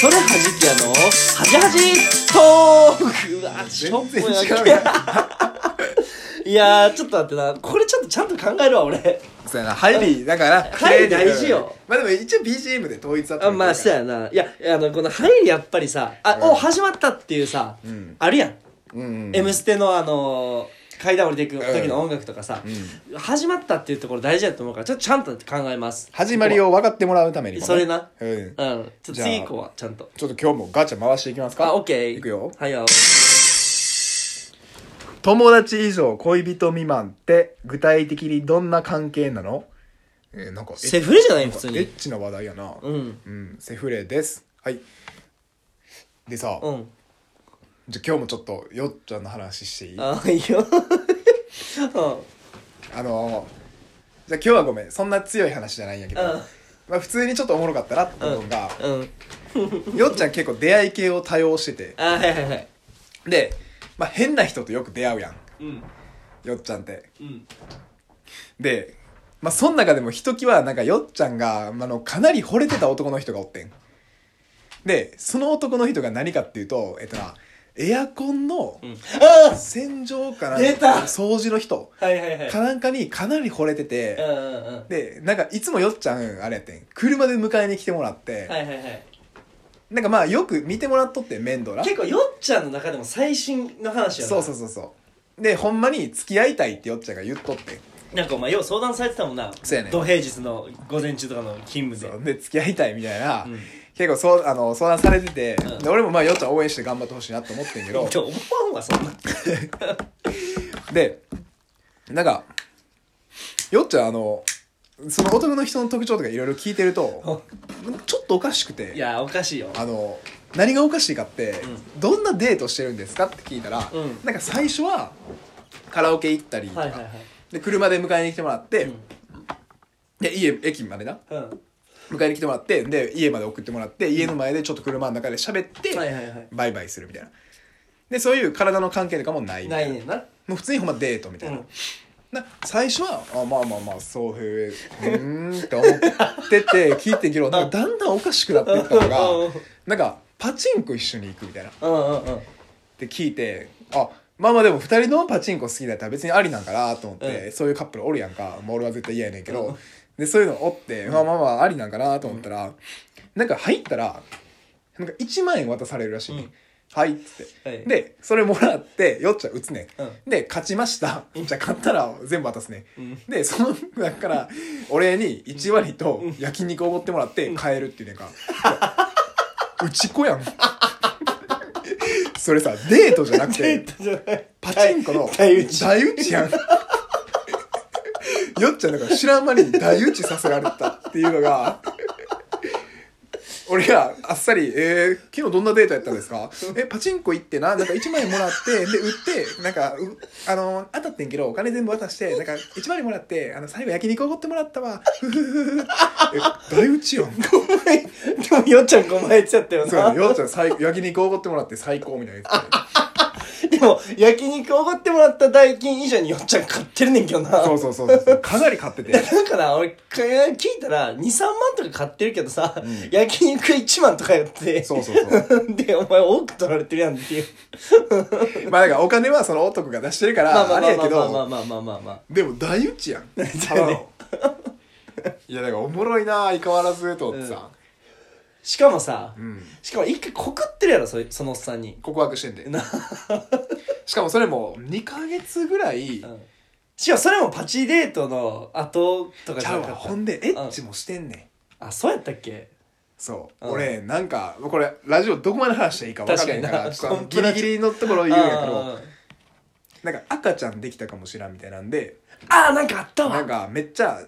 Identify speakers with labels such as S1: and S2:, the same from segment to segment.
S1: それはじきやのはじはじトークうわしょっ
S2: 全然
S1: ぽや
S2: 違うやん
S1: いやーちょっと待ってなこれちょっとちゃんと考えるわ俺
S2: そうやな入りだから
S1: 入り大事よ
S2: まあでも一応 BGM で統一だった
S1: あまあそう
S2: や
S1: やないやあのこの入りやっぱりさあ、
S2: うん
S1: お始まったっていうさ、
S2: ん
S1: あるやん
S2: うんう
S1: 「
S2: ん
S1: M ステ」のあのー階段降りていく時の音楽とかさ、始まったっていうところ大事だと思うからちょっとちゃんと考えます
S2: 始まりを分かってもらうためにもね
S1: それな
S2: うん
S1: うんちょっと
S2: じゃあ
S1: 次以降はちゃんと
S2: ちょっと今日もガチャ回していきますか
S1: あオッケー
S2: いくよ
S1: はいよ
S2: 友達以上恋人未満って具体的にどんな関係なのえーなんかえ
S1: セフレじゃない普通
S2: エッ
S1: に
S2: チな話題やなう、
S1: うんん
S2: セフレですはいでさ、
S1: うん
S2: じゃあ今日もちょっとよっちゃんの話していいあ
S1: あいいよ うん
S2: のーじゃあ今日はごめんそんな強い話じゃないんやけど、
S1: うん
S2: まあ、普通にちょっとおもろかったなって思うのが、
S1: うん
S2: よっちゃん結構出会い系を多用してて
S1: あはいはいはい
S2: で、まあ、変な人とよく出会うやん
S1: うん
S2: よっちゃんって
S1: うん
S2: で、まあ、その中でもひときわなんかよっちゃんが、まあ、あのかなり惚れてた男の人がおってんでその男の人が何かっていうとえっとなエアコンの
S1: うんあ
S2: 洗浄かな、
S1: 出た
S2: 掃除の人
S1: ーはいはいはい
S2: かなんかにかなり惚れて
S1: うん
S2: て、
S1: うんうん
S2: でなんかいつもよっちゃんあれやってん車で迎えに来てもらって、
S1: はいはいはい
S2: なんかまあよく見てもらっとって面倒な
S1: 結構よっちゃんの中でも最新の話やな
S2: そうそうそうそうでほんまに付き合いたいってよっちゃんが言っとってん
S1: なんかお前よう相談されてたもんな
S2: そうやねん
S1: 土平日の午前中とかの勤務で
S2: そうで付き合いたいみたいな、
S1: うん
S2: 結構そうあの相談されてて、
S1: うん
S2: で俺もまあよっちゃん応援して頑張ってほしいなと思ってんけど
S1: ちょ思わんわそんな
S2: でなんかよっちゃんあのその男の人の特徴とかいろいろ聞いてるとちょっとおかしくて
S1: いやおかしいよ
S2: あの何がおかしいかって、
S1: う
S2: どんなデートしてるんですかって聞いたら、
S1: うん
S2: なんか最初はカラオケ行ったりとか、
S1: はいはいはい
S2: で車で迎えに来てもらって、
S1: うん
S2: で家駅までな
S1: うん
S2: 迎えに来てもらってで家まで送ってもらって家の前でちょっと車の中で喋って、
S1: はいはいはい
S2: バイバイするみたいなでそういう体の関係とかもないみた
S1: ないい
S2: な
S1: ねんな
S2: もう普通にほんまデートみたいうな,、
S1: ん
S2: な最初はあまあまあまあそうへえうーんって思ってて聞いてんけどなんかだんだんおかしくなっていったのが
S1: うん
S2: なんかパチンコ一緒に行くみたいなっ
S1: うんうんうん
S2: て聞いてあまあまあでも2人のパチンコ好きだったら別にありなんかなと思って、
S1: う
S2: そういうカップルおるやんか、まあ、俺は絶対嫌やねんけど、でそういうのおって、まあまあまあありなんかなと思ったら、なんか入ったらなんか1万円渡されるらしい、
S1: うん
S2: はいっつって。
S1: はい
S2: でそれもらってよっちゃん打つねん、
S1: う
S2: で勝ちましたじゃあ勝ったら全部渡すね、
S1: うん
S2: でそのだから俺に1割と焼肉おごってもらって買えるっていうねんか、うち子やんそれさデートじゃなくて
S1: じゃない
S2: パチンコの
S1: 大打ち
S2: 大打ちやんよっちゃんだから知らん間に大打ちさせられたっていうのが俺があっさり「えー、昨日どんなデートやったんですかえ」パチンコ行ってななんか1万円もらってで売ってなんかうあの当たってんけどお金全部渡してなんか1万円もらってあの最後焼肉おごってもらったわふふふふえ大打ちやん
S1: でもよっちゃん5万円ちゃったよ
S2: そうやね
S1: な
S2: よっちゃん最焼肉おごってもらって最高みたいな言って
S1: でも焼肉おごってもらった代金以上によっちゃん買ってるねんけどな
S2: そうそうそうそうかなり買ってて
S1: だから俺聞いたら23万とか買ってるけどさ、焼肉1万とかやって
S2: そうそうそう
S1: でお前多く取られてるやんっていう
S2: まあだからお金はその男が出してるからあれやけ
S1: まあ
S2: ど
S1: まあまあまあまあ
S2: でも大打 ちやんただのいやだからおもろいな相変わらずと思ってさ、
S1: しかもさ、
S2: ん
S1: しかも一回告ってるやろそそのおっさんに、
S2: 告白してんで しかもそれも2か月ぐらい、
S1: うん、しかもそれもパチデートの後とかじ
S2: ちゃ
S1: ゃ
S2: う
S1: な
S2: わ
S1: かった
S2: ほんでエッチもしてんねん、
S1: あそうやったっけ
S2: そう、
S1: うん
S2: 俺なんかこれラジオどこまで話していいか分からへんから
S1: 確かにな
S2: ちょっとあの
S1: コンプ
S2: ギ
S1: ラ
S2: リギリのところを言うんやけど
S1: あ
S2: なんか赤ちゃんできたかもしらんみたいなんで
S1: あーなんかあったわ
S2: なんかめっちゃ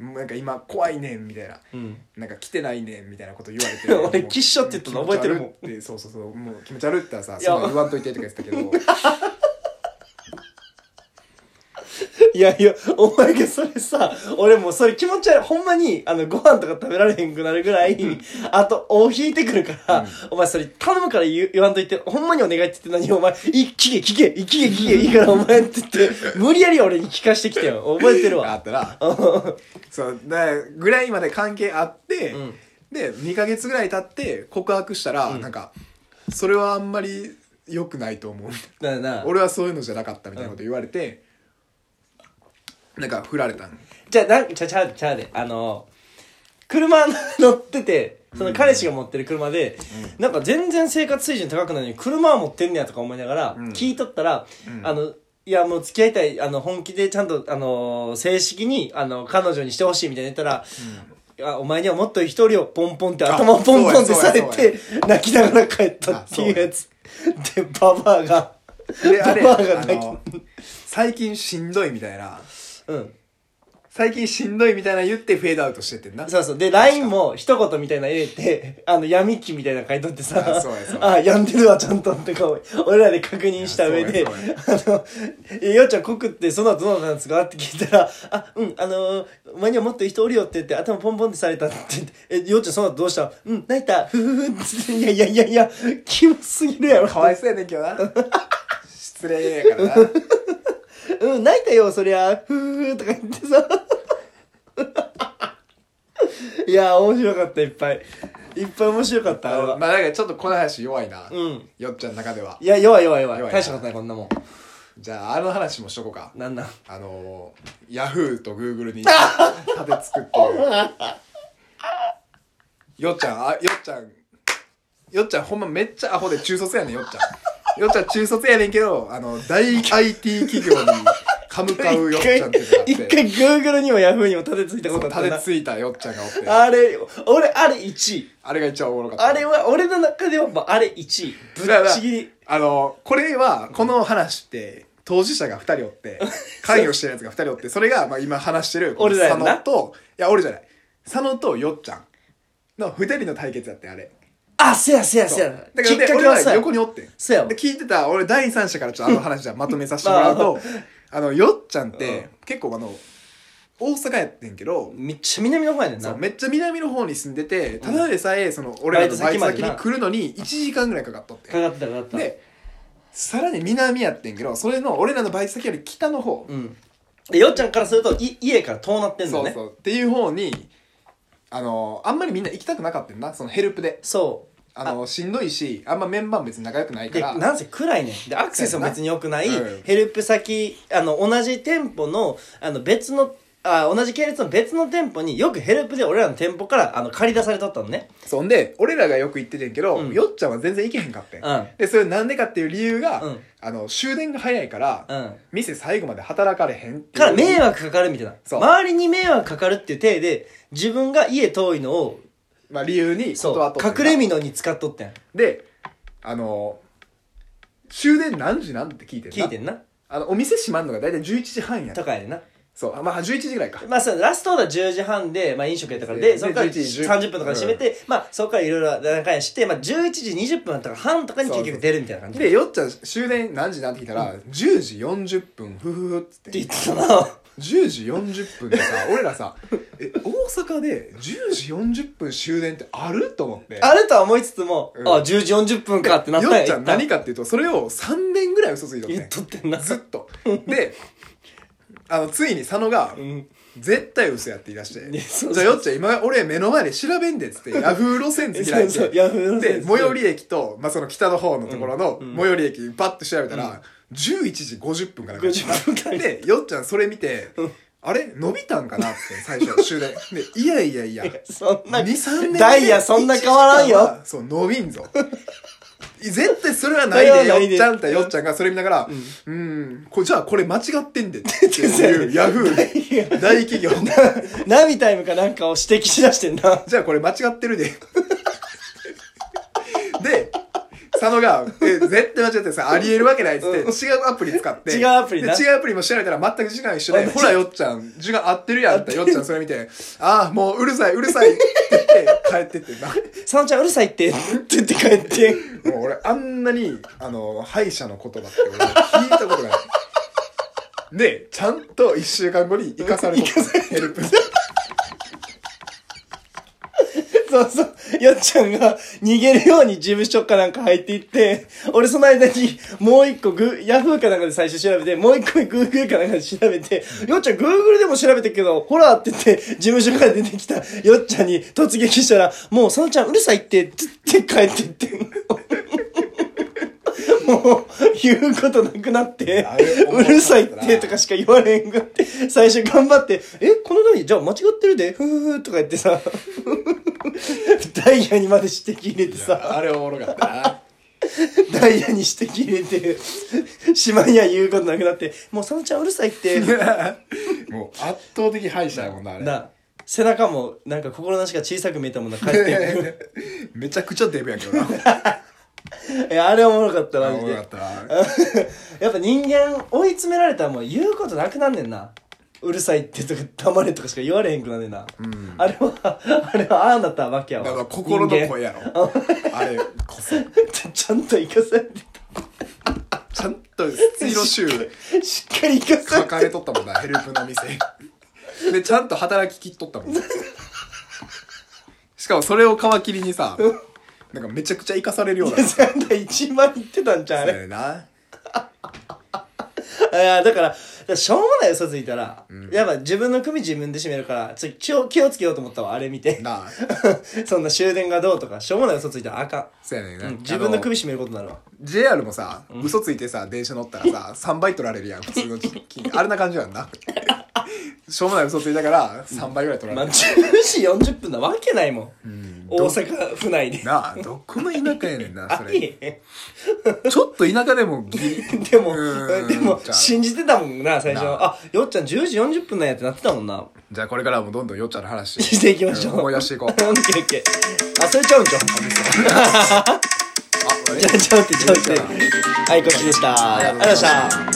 S2: なんか今怖いねんみたいな
S1: うん、
S2: なんか来てないねんみたいなこと言われて
S1: 俺きっしょって言ったの覚えてるもん
S2: 気持ち悪いってそうそうそうもう気持ち悪いって言ったら
S1: い
S2: さ
S1: や
S2: そんな言わんといてとか 言ってたけど
S1: いやいや、お前がそれさ、俺もうそれ気持ち悪い。ほんまに、あの、ご飯とか食べられへんくなるぐらい、あと、尾を引いてくるから、お前それ頼むから言う言わんといて、ほんまにお願いって言って何お前、い、聞け聞け、い聞け聞け、いいからお前って言って、無理やり俺に聞かしてきたよ。覚えてる
S2: あ
S1: わ。
S2: ったらそうだぐらいまで関係あって、
S1: ん
S2: で2ヶ月ぐらい経って告白したら、なんかそれはあんまり良くないと思うみたいな
S1: だな
S2: 俺はそういうのじゃなかったみたいなこと言われて、なんか振られたの
S1: じゃあなんちゃちゃちゃうであの車乗っててその彼氏が持ってる車で、なんか全然生活水準高くないのに車は持ってんねやとか思いながら
S2: ん
S1: 聞いとったら、
S2: ん
S1: あのいやもう付き合いたいあの本気でちゃんとあの正式にあの彼女にしてほしいみたいな言ったら、あお前にはもっと一人をポンポンって頭ポンポンってされ
S2: あそうや
S1: て泣きながら帰ったっていうやつでババアが
S2: であれ
S1: ババアが
S2: あ
S1: 泣き
S2: の最近しんどいみたいな
S1: うん
S2: 最近しんどいみたいな言ってフェードアウトしてってんな
S1: そうそう。で、LINE も一言みたいなの入れ て、あの、闇期みたいなの書いとってさ、
S2: あそうやそうや
S1: あ、病んでるわ、ちゃんとって顔、俺らで確認した上で、
S2: い
S1: あ
S2: やそうや
S1: の、えよっちゃん告って、その後どうなんですかって聞いたら、あ、うん、あのー、お前にはもっと人おるよって言って、頭ポンポンってされたって言って、え、よっちゃんその後どうしたうん、泣いた、ふふふって、いやいやいやいや、キモすぎるやろ。
S2: かわいそうやねんけどな失礼やからな
S1: うん、泣いたよ、そりゃ、ふふふとか言って さ。いや、面白かった、いっぱい。いっぱい面白かった、あれ は。
S2: まあなんかちょっとこの話弱いな、
S1: うん
S2: よっちゃんの中ではい
S1: や、弱い弱い弱い。
S2: 弱いな
S1: 大したことない、こんなもん。
S2: じゃああの話もしとこうか
S1: なんなん。
S2: あのー、ヤフーとグーグルに立てつくっていうよっちゃんあよっちゃんよっちゃんほんまめっちゃアホで中卒やねんよっちゃんよっちゃん中卒やねんけどあの大 IT 企業にカムカウよっちゃんっていうのがあっ
S1: 一
S2: て
S1: 回、Google にも Yahoo にも立てついたことあった
S2: 立て
S1: な。
S2: ついたよっちゃんがおってあ
S1: あれ、俺、あれ1位。
S2: れが一番おもろかった
S1: あれは、俺の中では、まあ、あれ1位。ぶっちぎり。
S2: あのこれはこの話って当事者が2人おって 関与してるやつが2人おってそれがまあ今話してるこ
S1: 俺
S2: の
S1: らや
S2: 佐
S1: んな
S2: 野といや俺じゃない佐野とよっちゃんの2人の対決やってんあれ
S1: あ、せやせや
S2: そう
S1: せや。
S2: だ
S1: きっから
S2: かで
S1: け
S2: 俺
S1: は
S2: ら
S1: さ、
S2: 横におってん
S1: そうやわ
S2: で聞いてた俺第三者からちょっとあの話じゃまとめさせてもら うとあのよっちゃんって結構あの大阪やってんけど
S1: めっちゃ南の方やねん
S2: そ
S1: な
S2: う。めっちゃ南の方に住んでてただでさえその俺らのバイト先に来るのに1時間ぐらいかかっとって
S1: かかってたかかってた。
S2: でさらに南やってんけどそれの俺らのバイト先より北の方、
S1: うん。で、よっちゃんからすると、い家から遠なってんだ
S2: そ
S1: よ
S2: う
S1: ね。
S2: そうっていう方にあのあんまりみんな行きたくなかったんなそのヘルプで
S1: そ。
S2: あのしんどいしあんまメンバーも別に仲良くないうか
S1: で、
S2: ら
S1: なんせ暗いねん。で、アクセスも別に良くない、
S2: うん
S1: ヘルプ先、あの、同じ店舗の、あの、別の、あ同じ系列の別の店舗によくヘルプで俺らの店舗からあの借り出されとったのね。
S2: そんで俺らがよく行っててんけど、
S1: うん
S2: よっちゃんは全然行けへんかったん、
S1: うん
S2: でそれなんでかっていう理由が、
S1: うん
S2: あの終電が早いから、
S1: うん
S2: 店最後まで働かれへんっていう
S1: から迷惑かかるみたいな。
S2: そう
S1: 周りに迷惑かかるっていう体で、自分が家遠いのを、
S2: まあ、理由に断
S1: そ
S2: っと
S1: う、
S2: ってんな
S1: 隠れ蓑に使っとってん。
S2: であの終電何時なんて聞いてんな
S1: 聞いてんな。
S2: あのお店閉まるのが大体11時半やねん
S1: とかやでな。
S2: そう、あまあ11時ぐらいか。
S1: まあそうラストオーダー10時半で、まあ、飲食やったから
S2: で
S1: でそこから
S2: 11時
S1: 30分とかで閉めて、まあそこからいろいろ段階して、まあ、11時20分だったから半とかに結局出るみたいな感じで
S2: で、よっちゃん終電何時なんて聞いたら、10時40分、ふふふっつって。
S1: って言ってたな
S2: 10時40分でさ、 俺らさ、え、大阪で10時40分終電ってあると思って。
S1: あるとは思いつつも、
S2: うん
S1: あ10時40分かってなったんや
S2: よっちゃん
S1: 一旦
S2: 何かっていうと、それを3年ぐらい嘘ついとってん。
S1: 言っとってんな
S2: ずっと。で、あの、ついに佐野が、
S1: うん
S2: 絶対嘘やって言い出し
S1: いやそうそ
S2: て。
S1: う
S2: じゃあよっちゃん今俺目の前で調べんでっ つって、ヤフー路線図開い
S1: そう
S2: て
S1: そう。ヤフー路線
S2: で、
S1: 図
S2: 最寄り駅と、まあ、その北の方のところの、
S1: うんうん
S2: 最寄り駅パッと調べたら、11時50分からか
S1: 50分から
S2: で、よっちゃんそれ見て、あれ伸びたんかなって最初、終電。で、いやいやいや、
S1: そんな
S2: 2、3年で
S1: ダイヤそんな変わらんよ。
S2: そう、伸びんぞ。 絶対それはない
S1: それは
S2: で、
S1: ない
S2: よ
S1: で
S2: っちゃんってよっちゃんがそれ見ながら、うん、これじゃあこれ間違ってんでっ ていう、ヤフー、大企業。
S1: ナビタイムかなんかを指摘しだしてんな
S2: じゃあこれ間違ってるで。で、佐野が、え、絶対間違ってるさ、ありえるわけないっつって、違うアプリ使って。
S1: 違うアプリな
S2: で違うアプリも調べたら全く時間一緒で、
S1: 同じ
S2: ほらよっちゃん、時間合ってるやんって、よっちゃんそれ見て、ああ、もううるさいうるさいって言って、帰ってってんな。
S1: 佐野ちゃんうるさいってって言って帰って
S2: もう俺、あんなに、あの、歯医者の言葉って俺聞いたことない。で、ちゃんと1週間後に生かされた。ヘルプ。
S1: そうそう。よっちゃんが逃げるように事務所かなんか入っていって、俺その間にもう一個グー、ヤフーかなんかで最初調べて、もう一個グーグルかなんかで調べて、よっちゃんグーグルでも調べてるけど、ほらって言って事務所から出てきたよっちゃんに突撃したら、もうそのちゃんうるさいって、つって帰ってって。 もう、言うことなくなって
S2: あれ、
S1: うるさいってとかしか言われへんくって、最初頑張って、え、この何じゃあ間違ってるで、ふふふとか言ってさ、 ダイヤにまで指摘入れてさ、
S2: あれおもろかったな
S1: ダイヤに指摘入れて、しまいや言うことなくなって、もう佐野ちゃんうるさいって、
S2: もう圧倒的敗者やもんなあれ
S1: な、背中もなんか心なしか小さく見えたもんな、帰って。
S2: めちゃくちゃデブやけどな
S1: え、あれおもろかったな、
S2: あ
S1: マ
S2: れお
S1: ジで
S2: もろかっ。たな
S1: やっぱ人間追い詰められたらもう言うことなくなんねんな。うるさいってとか黙れとかしか言われへんくなんねんな。あれは、あれはああなったわけやわ。
S2: だから心の声
S1: や。
S2: やろあれこそ
S1: ちゃんと生かされて
S2: ちゃんと色集
S1: た。しっかり生かさ
S2: 書
S1: れて
S2: かれとったもんなヘルプの店でちゃんと働ききっとったもんしかもそれを皮切りにさなんかめちゃくちゃ生かされるような
S1: た。なんだ一番言ってたんじゃん、あ
S2: そう
S1: れ。
S2: やな
S1: いやだから、だからしょうもない嘘ついたら、やっぱ自分の首自分で締めるから、ちょ気を気をつけようと思ったわ、あれ見て。
S2: なあ
S1: そんな終電がどうとか、しょうもない嘘ついたらあかん。
S2: そうやねんな
S1: うん自分の
S2: あ
S1: 首締めることになるわ。
S2: JR もさ、嘘ついてさ電車乗ったらさ3倍取られるやん普通の時期あれな感じやんなしょうもない嘘ついたから3倍ぐらい取
S1: ま
S2: ら
S1: あ、
S2: れる、
S1: 10時40分なわけないもん。大阪府内で。
S2: なあどこの田舎やね んなそ
S1: あ
S2: れ
S1: りえ
S2: ちょっと田舎でもギリ
S1: へん。でも
S2: うー、ん
S1: でも
S2: じ、ゃあ
S1: 信じてたもんな、最初
S2: な。
S1: あ、よっちゃん10時40分なんやってなってたもんな。
S2: じゃあこれからもどんどんよっちゃんの話
S1: していきましょう。
S2: 思い出していこう
S1: オッケーオッケー。あ、それちゃうんちゃう
S2: ああれ
S1: じゃあ、ちゃうってちゃうって。はい、こっちでした。ありがとうございました。